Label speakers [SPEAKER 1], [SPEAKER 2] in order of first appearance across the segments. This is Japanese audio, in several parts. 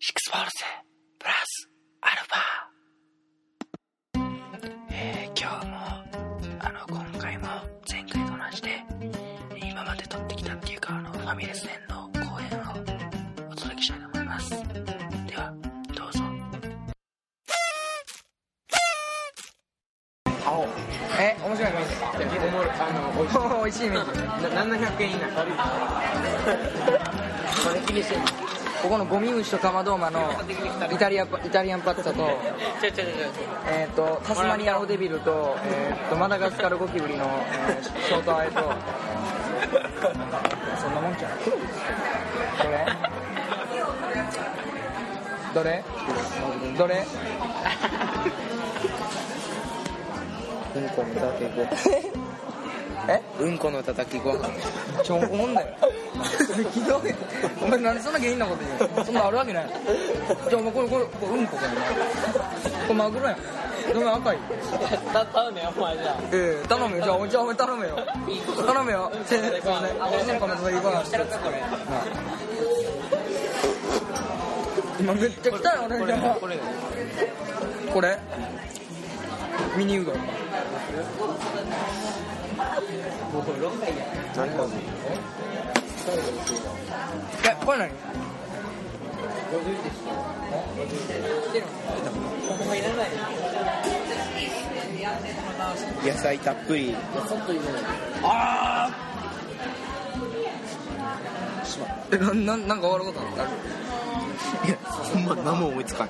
[SPEAKER 1] シックスボールズプラスアルファえー、今日もあの今回も前回と同じで今まで撮ってきたっていうかあのファミレス編の公演をお届けしたいと思いますではどうぞ
[SPEAKER 2] 青え面白いメニューいやおもろあの美味しい美 味しいメニューな700円以内 これ厳しいここのゴミ虫とカマドーマのイタリアパイタリアンパッツァと
[SPEAKER 3] 違う違う違う違う
[SPEAKER 2] えっ、とタスマニアオデビルと,、えー、とマダガスカルゴキブリの、えーショートア イとそんなもんじゃないどれどれどれ
[SPEAKER 3] うんこの叩きご飯
[SPEAKER 2] え
[SPEAKER 3] うんこの叩きご飯
[SPEAKER 2] ちょおもんないよそれひどいお前なんでそんな下品なこと言うのそんなあるわけないじゃあお前これこれこれうんこかよこれマグロやんごめん赤い
[SPEAKER 3] たたうねお前じゃ
[SPEAKER 2] ええ頼むよじゃあおじゃあお前頼むよ頼むよせーごめんねうんこのそれいこうな
[SPEAKER 3] してるかこれ
[SPEAKER 2] 今めっちゃ汚い俺じゃ
[SPEAKER 3] これこ
[SPEAKER 2] あこれミニうどん
[SPEAKER 3] れ6回や
[SPEAKER 2] 何これえこれ何
[SPEAKER 3] もういらないよ
[SPEAKER 4] 野菜たっぷり
[SPEAKER 3] ちょっといる
[SPEAKER 2] えなななんか終わることある
[SPEAKER 4] いやほんま何も思いつかん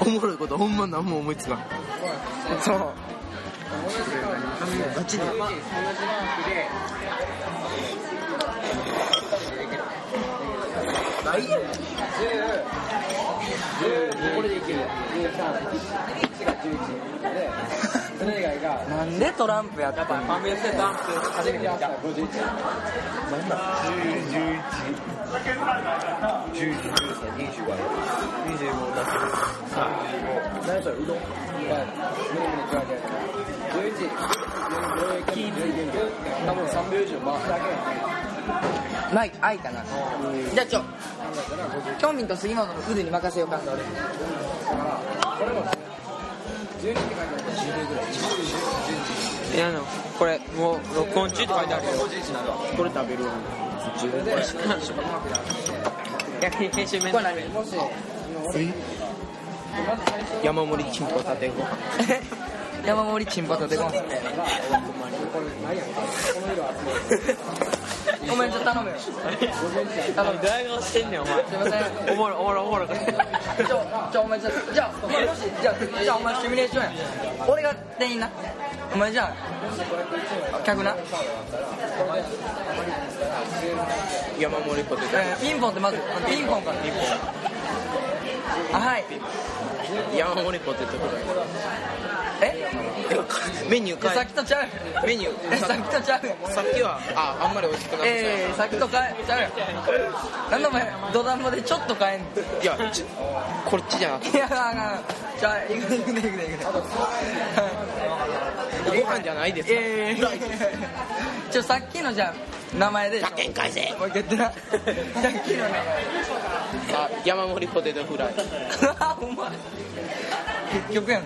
[SPEAKER 4] おもろいことほんま何も思いつかん
[SPEAKER 2] そう
[SPEAKER 4] ガチで大丈
[SPEAKER 3] これでいける
[SPEAKER 2] なんでトランプやったの
[SPEAKER 3] ファミレスでダンス初めて見た
[SPEAKER 2] ない愛かなじゃあちょヒョンミンと杉本のフルに任せようか俺
[SPEAKER 3] いやのこれもう録音中って書いてあるよ
[SPEAKER 4] 夫これ食べるわ十分
[SPEAKER 3] 逆に編集面
[SPEAKER 2] これ
[SPEAKER 3] 倒
[SPEAKER 2] 何もし
[SPEAKER 4] 山盛りチンポ立てご飯
[SPEAKER 2] 山盛りチンパタでごめんごめんちょっと頼むよすい
[SPEAKER 3] あのドヤ顔してんねんお前
[SPEAKER 2] ません
[SPEAKER 3] おもろおもろおもろこれ
[SPEAKER 2] ちょ、ちょ、お前じゃあ、じゃあ、お前もし、じゃあ、じゃあお前シミュレーションや。俺が店員な。お前じゃあ、客な。
[SPEAKER 4] 山盛りポテ
[SPEAKER 2] えーピンポンってまず、ピンポンから。あ、はい。
[SPEAKER 4] ト山盛りポテト
[SPEAKER 2] え
[SPEAKER 4] メニュー
[SPEAKER 2] さ
[SPEAKER 4] 変
[SPEAKER 2] っきとちゃう。
[SPEAKER 4] えメニュ
[SPEAKER 2] え
[SPEAKER 4] ー
[SPEAKER 2] さっきとちゃう。
[SPEAKER 4] さっきはああんまり美味しくなかった
[SPEAKER 2] えー、さっきと変え、ちゃうよ。なんでお前、土壇場でちょっと変えんの
[SPEAKER 4] いやちこっちじゃなく
[SPEAKER 2] いや、あかんあかん。じゃあ、行くね、行くね、行くね、行く
[SPEAKER 4] て
[SPEAKER 2] ね。
[SPEAKER 4] ご飯じゃないです
[SPEAKER 2] いやいやいやいやちょ、さっきのじゃあ、名前で。
[SPEAKER 4] 100円返せ
[SPEAKER 2] もう一回言ってな。さっきの名前。
[SPEAKER 4] あ山盛りポテトフライ
[SPEAKER 2] お前結局やん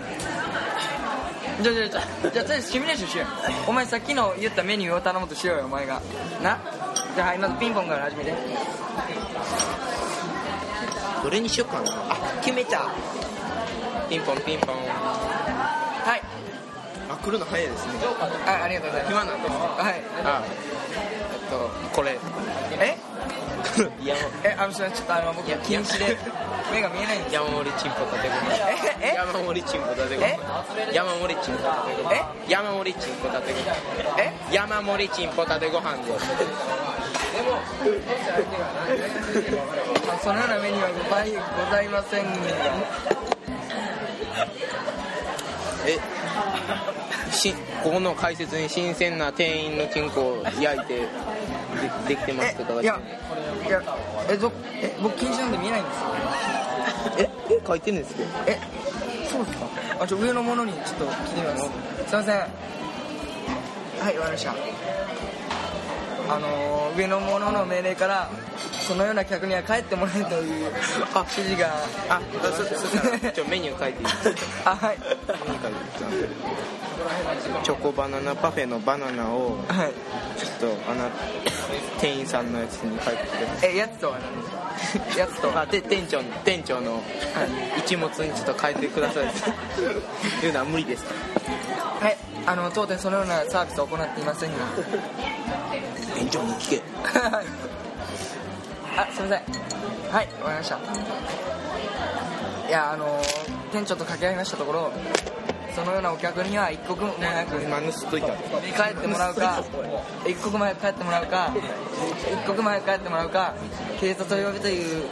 [SPEAKER 2] じゃあじゃあじゃあじゃあとりあえずシミュレーションしようお前さっきの言ったメニューを頼むとしようよお前がなじゃあはいまずピンポンから始めて
[SPEAKER 4] どれにしようかなあ決めたピンポンピンポンあ
[SPEAKER 2] はい
[SPEAKER 4] 来るの早いですね
[SPEAKER 2] あありがとうございます
[SPEAKER 4] 暇なんです
[SPEAKER 2] はい
[SPEAKER 4] あえっとこ れ
[SPEAKER 2] え
[SPEAKER 4] 山
[SPEAKER 2] えあのすいませんちょっとあの僕禁止で目が見えないんです
[SPEAKER 4] 山盛りチンポ立てご
[SPEAKER 2] え
[SPEAKER 4] 飯
[SPEAKER 2] え
[SPEAKER 4] 山盛りチンポ立てご飯山盛りチンポ立てご
[SPEAKER 2] え
[SPEAKER 4] 飯山盛りチンポ立てご飯
[SPEAKER 2] え
[SPEAKER 4] 山盛りチンポ立てご飯です
[SPEAKER 2] あそのようなメニューはございございません
[SPEAKER 4] えしここの解説に新鮮な店員のチンコを焼いてでできてますとか
[SPEAKER 2] が
[SPEAKER 4] が
[SPEAKER 2] いやいやえどえ僕禁止なんで見えないんですよ
[SPEAKER 4] え絵描いてるんですけど
[SPEAKER 2] えそうですかあちょ上のものにちょっと聞いてみますすいませんはいわかりましたあのー上のものの命令からそのような客には帰ってもらえという指示が
[SPEAKER 4] あそそしたらちょメニュー書いていいですか
[SPEAKER 2] あはい
[SPEAKER 4] メニュー書いていいですか チョコバナナパフェのバナナを
[SPEAKER 2] はい
[SPEAKER 4] ちょっとあの店員さんのやつに書いてくだ
[SPEAKER 2] えやつとは何 ですかやつと
[SPEAKER 4] さいあで店長の店長の一物にちょっと書いてくだ さいいうのは無理ですか
[SPEAKER 2] はいあの当店そのようなサービスを行っていませんが
[SPEAKER 4] 店長に聞け
[SPEAKER 2] あすいませんはいわかりましたいやあの店長と掛け合いましたところそのようなお客には一刻もなく
[SPEAKER 4] 今盗っといた
[SPEAKER 2] 帰ってもらうか一刻も早く帰ってもらうか一刻も早く帰ってもらうか警察を呼ぶという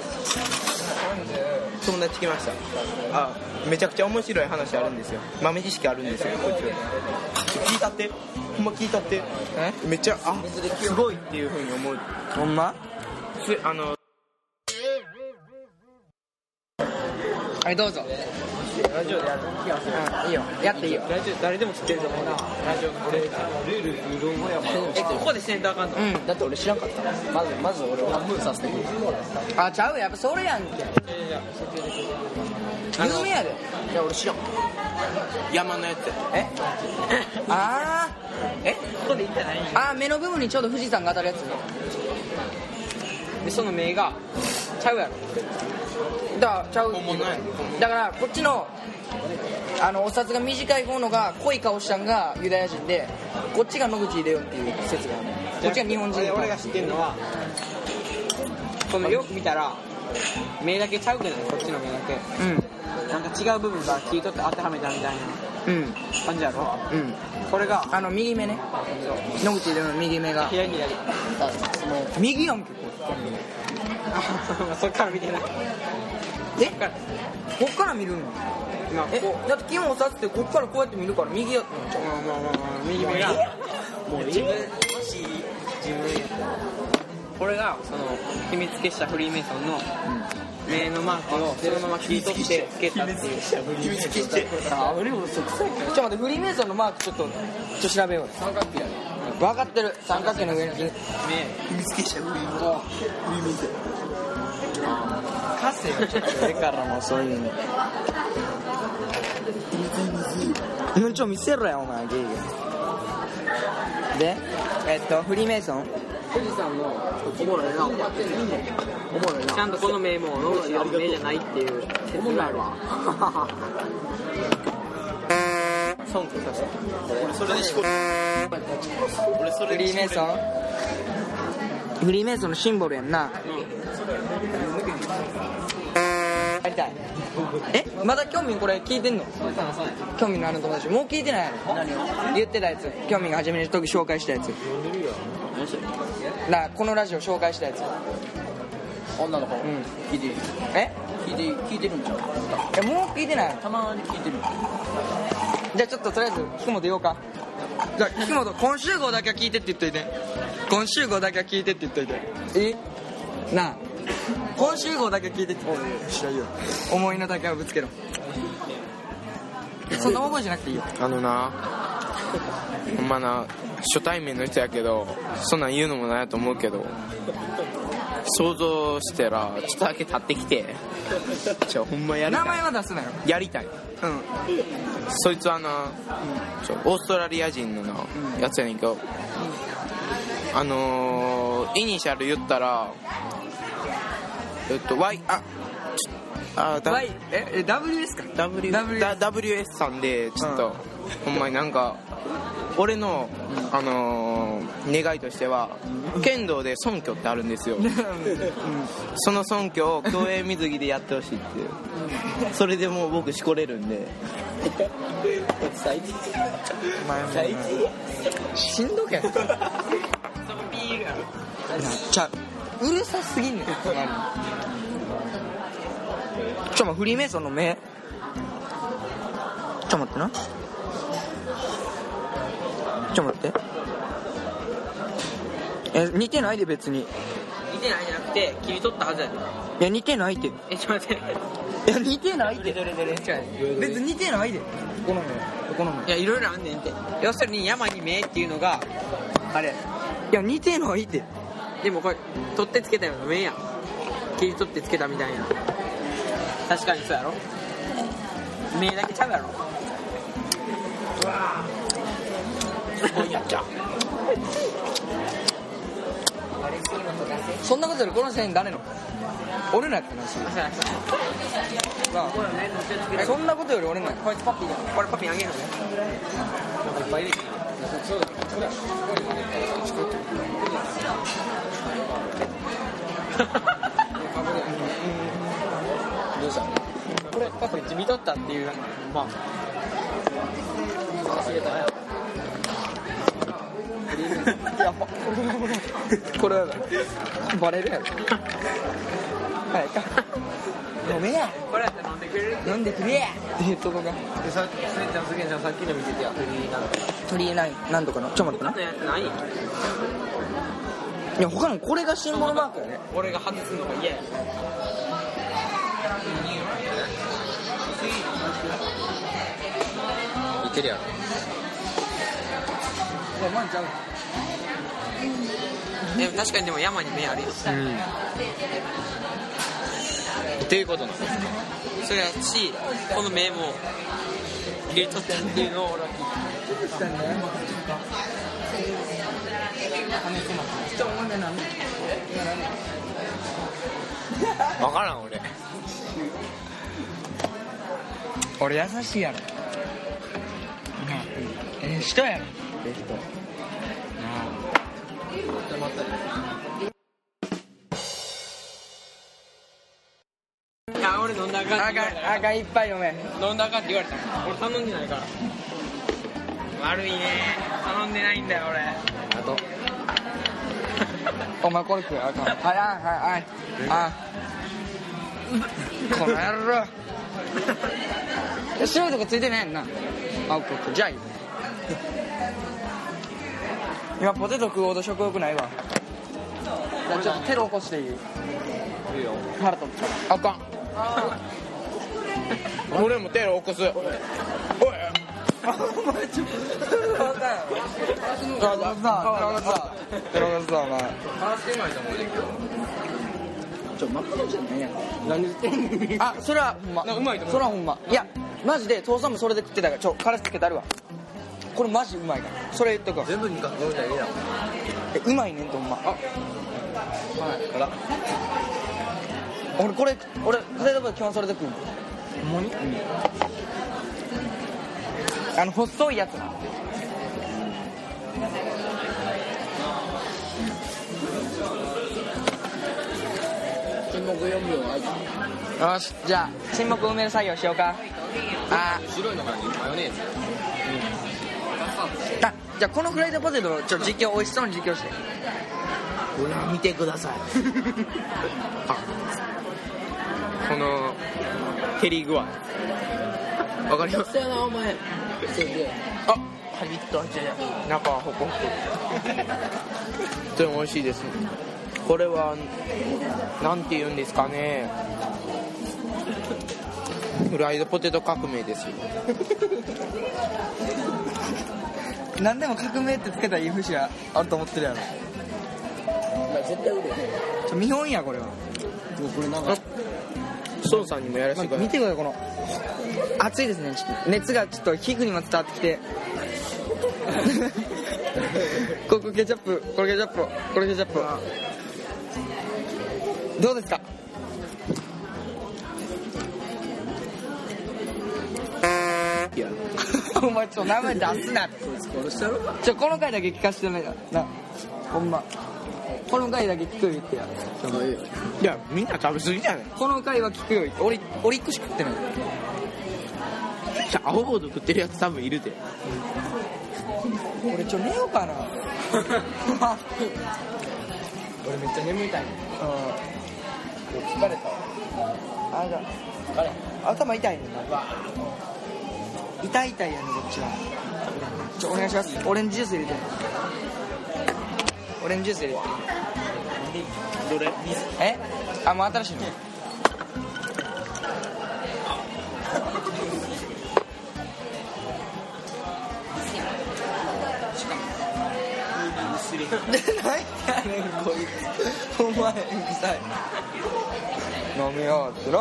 [SPEAKER 4] 友達来ましたあめちゃくちゃ面白い話あるんですよ豆知識あるんですよこっちは聞いたってほんま聞いたって
[SPEAKER 2] え
[SPEAKER 4] めっちゃあすごいっていうふうに思う
[SPEAKER 3] ほんます
[SPEAKER 4] あの
[SPEAKER 2] はいどうぞ
[SPEAKER 3] ラジオでやる
[SPEAKER 2] いいよやっていいよ
[SPEAKER 3] ラジオ誰でも知ってると思うラジオのルールうどん小山えここでせんとあかんの
[SPEAKER 2] うんだって俺知らんかったまずまず俺半分させてくるあちゃうやっぱそれやんけ有名やでいや俺知らん
[SPEAKER 4] 山のやつ
[SPEAKER 2] えああ
[SPEAKER 3] えここでいいんじゃない
[SPEAKER 2] あー目の部分にちょうど富士山が当たるやつ
[SPEAKER 3] でその目が
[SPEAKER 2] ちゃうやろだからちゃう
[SPEAKER 4] 本物や
[SPEAKER 2] だからこっちのあのお札が短い方のが濃い顔したんがユダヤ人でこっちが野口秀夫っていう説があるこっちが日本人
[SPEAKER 3] 俺が知ってるのはこのよく見たら目だけちゃうけどねこっちの目だけなんか違う部分から切り取って当てはめたみたいな
[SPEAKER 2] うんうん
[SPEAKER 3] 感じやろ
[SPEAKER 2] うん
[SPEAKER 3] これが
[SPEAKER 2] あの右目ね野口秀夫の右目が
[SPEAKER 3] 左左
[SPEAKER 2] 右やんけ
[SPEAKER 3] あそっから見てない
[SPEAKER 2] えこっから見るんや
[SPEAKER 3] まあ
[SPEAKER 2] え
[SPEAKER 3] こ
[SPEAKER 2] だって基本お札ってこっからこうやって見るから右やったんちゃ
[SPEAKER 3] う
[SPEAKER 2] う
[SPEAKER 3] まあまあまあまあ右目がもう自分もし自分やったらこれがその秘密結社フリーメイソンの目のマークをそのまま切り取ってつけたっていう
[SPEAKER 2] あ俺もそ臭いちょっと待ってフリーメイソンのマークちょっとちょっと調べよう三角形や分かってる三角形の上に
[SPEAKER 3] 目
[SPEAKER 2] カスよ
[SPEAKER 3] だからもうそういうのうんちょ見せろやお前ゲイ
[SPEAKER 2] でえっとフリーメイソン
[SPEAKER 3] ちゃんとこの名も野口の名じゃないっていう説明あるわ
[SPEAKER 4] 損こさせ俺それでしこ俺そ
[SPEAKER 2] フ
[SPEAKER 4] れ
[SPEAKER 2] リ
[SPEAKER 4] で
[SPEAKER 2] ーメイソンフリーメイソンのシンボルやんなやりたいえまだ興味これ聞いてんの興味のある友達もう聞いてないやろ言ってたやつ興味が始める時紹介したやつなこのラジオ紹介したやつ
[SPEAKER 5] 女の子、
[SPEAKER 2] ん
[SPEAKER 5] 聞いてる
[SPEAKER 2] え
[SPEAKER 5] 聞いて聞いてるんじゃん
[SPEAKER 2] えもう聞いてない
[SPEAKER 5] たまに聞いてる
[SPEAKER 2] じゃあちょっととりあえず菊本言おうかじゃあ菊本今週号だけは聞いてって言っといて今週号だけは聞いてって言っといてえなあ今週号だけは聞いてって知らんよ思いの丈はぶつけろそんな大声じゃなくていいよ
[SPEAKER 4] あのなほんまな初対面の人やけどそんなん言うのもないと思うけど想像したらちょっとだけ立ってきてじゃほんまやり
[SPEAKER 2] 名
[SPEAKER 4] た
[SPEAKER 2] 前
[SPEAKER 4] い
[SPEAKER 2] は出すなよ
[SPEAKER 4] やりたい
[SPEAKER 2] うん
[SPEAKER 4] そいつはな、ちょオーストラリア人のな、やつやねんけど、あのー、イニシャル言ったらえっと Y あちょあだ
[SPEAKER 2] Y ええ W ですか
[SPEAKER 4] W
[SPEAKER 2] WS
[SPEAKER 4] だ WS さんでちょっと、ほんまになんか俺の、あのー願いとしては剣道で尊虚ってあるんですよその尊虚を競泳水着でやってほしいっていうそれでもう僕しこれるんで
[SPEAKER 2] 最低しんどけなちゃううるさすぎんねんほんまにちょまフリーメイソンの目ちょ待ってなちょ待ってえ似てないで別にい
[SPEAKER 3] 見てないじゃなくて切り取ったはずやで
[SPEAKER 2] や似てないってい
[SPEAKER 3] えちょっと待って
[SPEAKER 2] や似てないって別に似てないでここの目ここの目
[SPEAKER 3] いやいろいろあんねんって要するに山に目っていうのがあれ
[SPEAKER 2] いや似てないって
[SPEAKER 3] でもこれ取ってつけたような目やん切り取ってつけたみたいな確かにそうやろ目だけちゃうやろ
[SPEAKER 2] そんなことよりこの線誰の俺のやったなそれなあそんなことより俺のやこいつパピーこれパピーあげるね
[SPEAKER 3] これパクチ見とったっていうまあ
[SPEAKER 2] やばこれやばいバレるやろはいか飲めや
[SPEAKER 3] これやったら飲んでくれる
[SPEAKER 2] 飲んでくれやってとこが
[SPEAKER 3] でさスネちゃんすげちゃんさっきの見ててやフリーなんて
[SPEAKER 2] 鳥居ないなんとかのちょっと待って
[SPEAKER 3] ない
[SPEAKER 2] ないや他のこれがシンボルマークやね
[SPEAKER 3] 俺が外すのが嫌や
[SPEAKER 6] いけるやろ
[SPEAKER 2] いやマジちゃう
[SPEAKER 3] でも確かにでも山に目あるやん
[SPEAKER 6] っていうことなの
[SPEAKER 3] それやしこの目も切り取ったっていうのを俺は聞いた
[SPEAKER 6] 分からん俺
[SPEAKER 2] 俺優しいやろええ人やろ
[SPEAKER 3] いや俺飲んだらあかんって言われた
[SPEAKER 2] 赤いっぱい飲め
[SPEAKER 3] 飲んだらあかんって言われた俺頼んでないから悪いね頼んでないんだよ俺
[SPEAKER 2] お前これ食えあかんはいはいはいはいあこの 野郎白いとこついてないやんなあオッケーオッケーじゃあいい今ポテト食おうと食欲ないわじゃあちょっとテロ起こしていいいいよ腹立った
[SPEAKER 4] あかん俺もテロ起こす
[SPEAKER 2] ドラゴンズだドラゴンズだドラゴンズだお前
[SPEAKER 5] ちょ真っ黒じゃないやん
[SPEAKER 2] あそれはほんまうまいと思うそれはほんまいやマジで父さんもそれで食ってたからちょカラスつけてあるわこれマジうまいからそれ言っとくわ
[SPEAKER 6] 全部に学校みたいにや
[SPEAKER 2] えうまいねんとほんまあ
[SPEAKER 6] あら
[SPEAKER 2] 俺これ俺ポテトボール基本それで食うのほんまに、あの細いやつな
[SPEAKER 5] 沈黙4秒はい
[SPEAKER 2] よしじゃあ沈黙埋める作業しようかあ
[SPEAKER 6] 白いのからマヨネーズ
[SPEAKER 2] ーあじゃあこのフライドポテトちょっと実況美味しそうに実況して
[SPEAKER 4] ほら見てくださいあこの照り具合わかります
[SPEAKER 5] そやなお前それで
[SPEAKER 4] あカリッとして中はホクホクとても美味しいですこれはなんて言うんですかねフライドポテト革命ですよ
[SPEAKER 2] 何でも革命ってつけたらいい節があると思ってるやろ
[SPEAKER 5] お前絶対売れへん
[SPEAKER 2] ちょ見本やこれは
[SPEAKER 5] もうこれなんか
[SPEAKER 4] 孫さんにもやらせてくださ
[SPEAKER 2] 見
[SPEAKER 4] い
[SPEAKER 2] てくださいこの熱いですねちょっと熱がちょっと皮膚にも伝わってきて ここケチャップこれケチャップこれケチャップどうですか
[SPEAKER 4] いや
[SPEAKER 2] お前ちょっと名前出すなって
[SPEAKER 5] 殺したろ
[SPEAKER 2] ちょこの回だけ聞かせてねなほんまこの回だけ聞くよ言ってや
[SPEAKER 4] いやみんな食べ過ぎじゃない
[SPEAKER 2] この回は聞くよ言って俺俺1個しか食ってない
[SPEAKER 4] じゃあアホボード食ってるやつ多分いるで
[SPEAKER 2] 俺ちょ寝ようかな
[SPEAKER 3] 俺めっちゃ眠いたい
[SPEAKER 2] うん疲れたあれだ頭痛いね痛い痛いやねこっちはちょお願いしますオレンジジュース入れてオレンジジュース入れてどれえあもう新しいの何やねんこいつお前うるさい飲みようつろ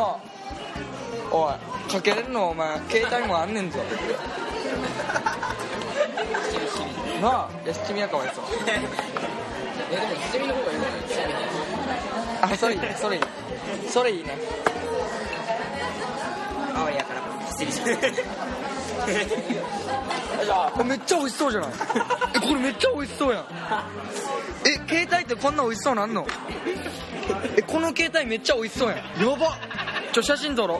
[SPEAKER 2] おいかけれるのお前携帯もあんねんぞなあいや七味はかわいそう
[SPEAKER 5] いやでも七味の方がいいんじゃない
[SPEAKER 2] あそれいいそれいいそれいいね青いやから七味 じゃんめっちゃ美味しそうじゃない えこれめっちゃ美味しそうやんえ携帯ってこんな美味しそうなんのえこの携帯めっちゃ美味しそうやんやばっちょ写真撮ろう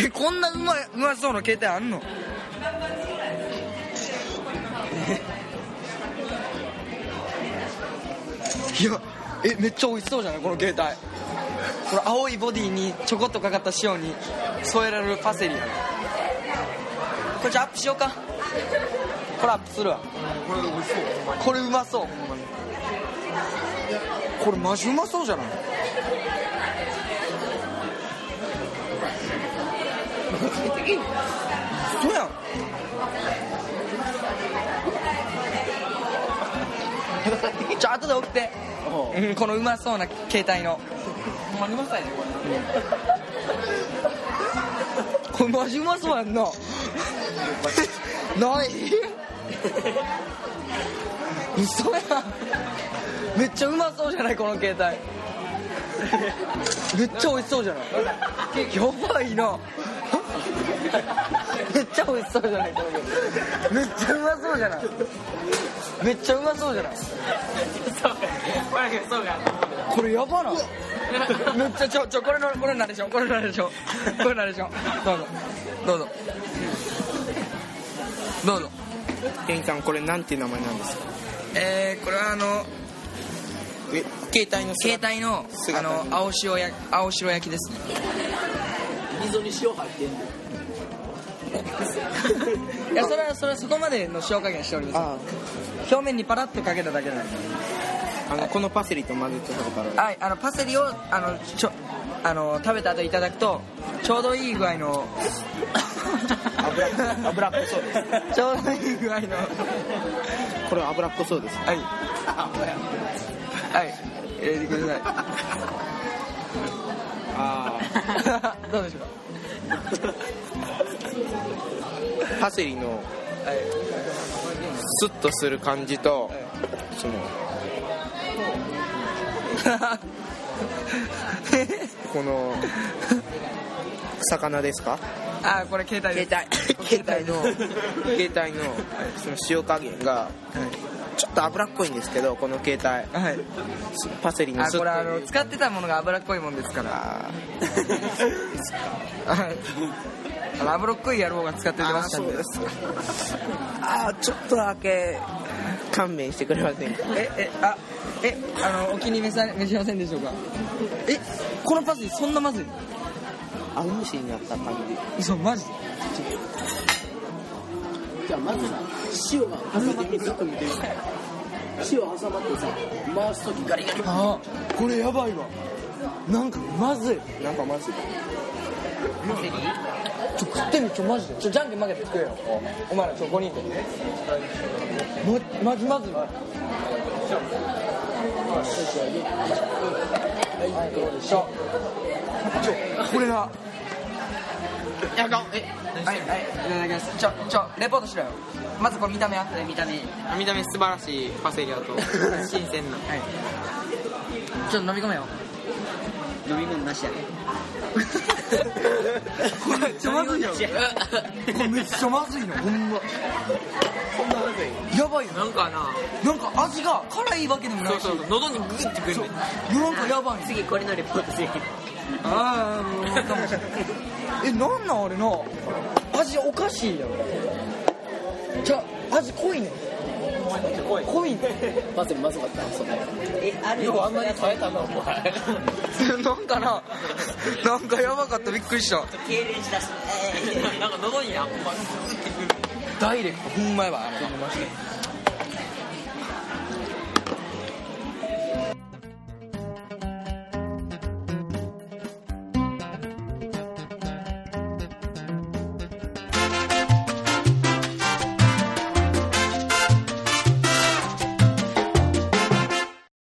[SPEAKER 2] えこんなうまいうまそうな携帯あんのいやえめっちゃ美味しそうじゃないこの携帯この青いボディにちょこっとかかった塩に添えられるパセリやろこれじゃあアップしようかこれアップするわこれ美味しそうこれうまそうほんまにこれマジうまそうじゃないそうやんちょ後で送って、うん、このうまそうな携帯のほんまにうまそうやねこれ、これマジうまそうや んなない嘘やんめっちゃうまそうじゃないこの携帯めっちゃ美味しそうじゃないやばいなめっちゃ美味しそうじゃないこのゲームめっちゃうまそうじゃないめっちゃうまそうじゃないこれやばな めっちゃちょちょこれのこれなんでしょうこれなんでしょうこれなんでしょうどうぞどうぞどうぞ
[SPEAKER 4] 店員さんこれなんていう名前なんですか
[SPEAKER 2] えー、これはあの
[SPEAKER 4] え携帯の
[SPEAKER 2] 携帯のあ
[SPEAKER 4] 姿
[SPEAKER 2] の青塩や青白焼きですね
[SPEAKER 5] 溝に塩入ってんの
[SPEAKER 2] いやそれはそれはそこまでの塩加減しております
[SPEAKER 4] あ
[SPEAKER 2] 表面にパラッとかけただけなんです
[SPEAKER 4] あのこのパセリと混ぜてたことある
[SPEAKER 2] はい、あのパセリをあのちょあの食べた後いただくとちょうどいい具合の
[SPEAKER 4] 油油っぽそうです
[SPEAKER 2] ちょうどいい具合の
[SPEAKER 4] これ脂っこそうです
[SPEAKER 2] はいはい入れてくださ
[SPEAKER 4] あ
[SPEAKER 2] いどうでしょう
[SPEAKER 4] ーパセリの
[SPEAKER 2] かはい
[SPEAKER 4] スッとする感じと そのこの魚ですか
[SPEAKER 2] あこれ携帯です
[SPEAKER 4] 携帯の携帯のその塩加減がちょっと脂っこいんですけどこの携帯
[SPEAKER 2] はい
[SPEAKER 4] パセリの
[SPEAKER 2] あ
[SPEAKER 4] スッ
[SPEAKER 2] これあの
[SPEAKER 4] と
[SPEAKER 2] 使ってたものが脂っこいもんですから
[SPEAKER 4] あ
[SPEAKER 2] は
[SPEAKER 4] ー
[SPEAKER 2] いあの脂っこい野郎が使ってましたんで
[SPEAKER 4] あーちょっとだけ勘弁してくれませんか
[SPEAKER 2] ええあえあのお気に召さ召しませんでしょうかえこのパセリそんなまずい
[SPEAKER 4] 青虫になった感じ
[SPEAKER 2] 嘘マジ
[SPEAKER 5] じゃあまずさ塩が挟まってずっと見てる塩挟まってさ回す時ガリガリ
[SPEAKER 2] ああこれやばいわなんかまずい
[SPEAKER 4] なんかマジで
[SPEAKER 2] ちょ食ってみちょマジでちょじゃんけん負けて食えよお前らちょ5人でまマジまずいわはいどうでしょうちょこれな
[SPEAKER 4] やがえ
[SPEAKER 2] はいはいいただきますちょちょレポートしろよまずこれ見た目は見た目ち
[SPEAKER 3] 見た目素晴らしいパセリだと新鮮な
[SPEAKER 2] ょっと飲み込めよ
[SPEAKER 5] 飲み物なしやね
[SPEAKER 2] これめっちゃまずいよこれめっちゃまずいのほんまやばいよ
[SPEAKER 3] なんかな
[SPEAKER 2] なんか味が辛いわけでもな
[SPEAKER 3] そ
[SPEAKER 2] いうし
[SPEAKER 3] そう喉にグッてくるね
[SPEAKER 2] なんかやばい
[SPEAKER 5] 次これのレポートする
[SPEAKER 2] ああもうかもしれないえなんなんあれな味おかしいやろじゃあ味濃 いね濃い濃いね
[SPEAKER 5] まずまずかったそれえあるよあんまり変えたのお前
[SPEAKER 2] なんかななんかやばかったびっくりした
[SPEAKER 5] 経験したし
[SPEAKER 3] なんか喉にな
[SPEAKER 2] ダイレクトほんまやばあれ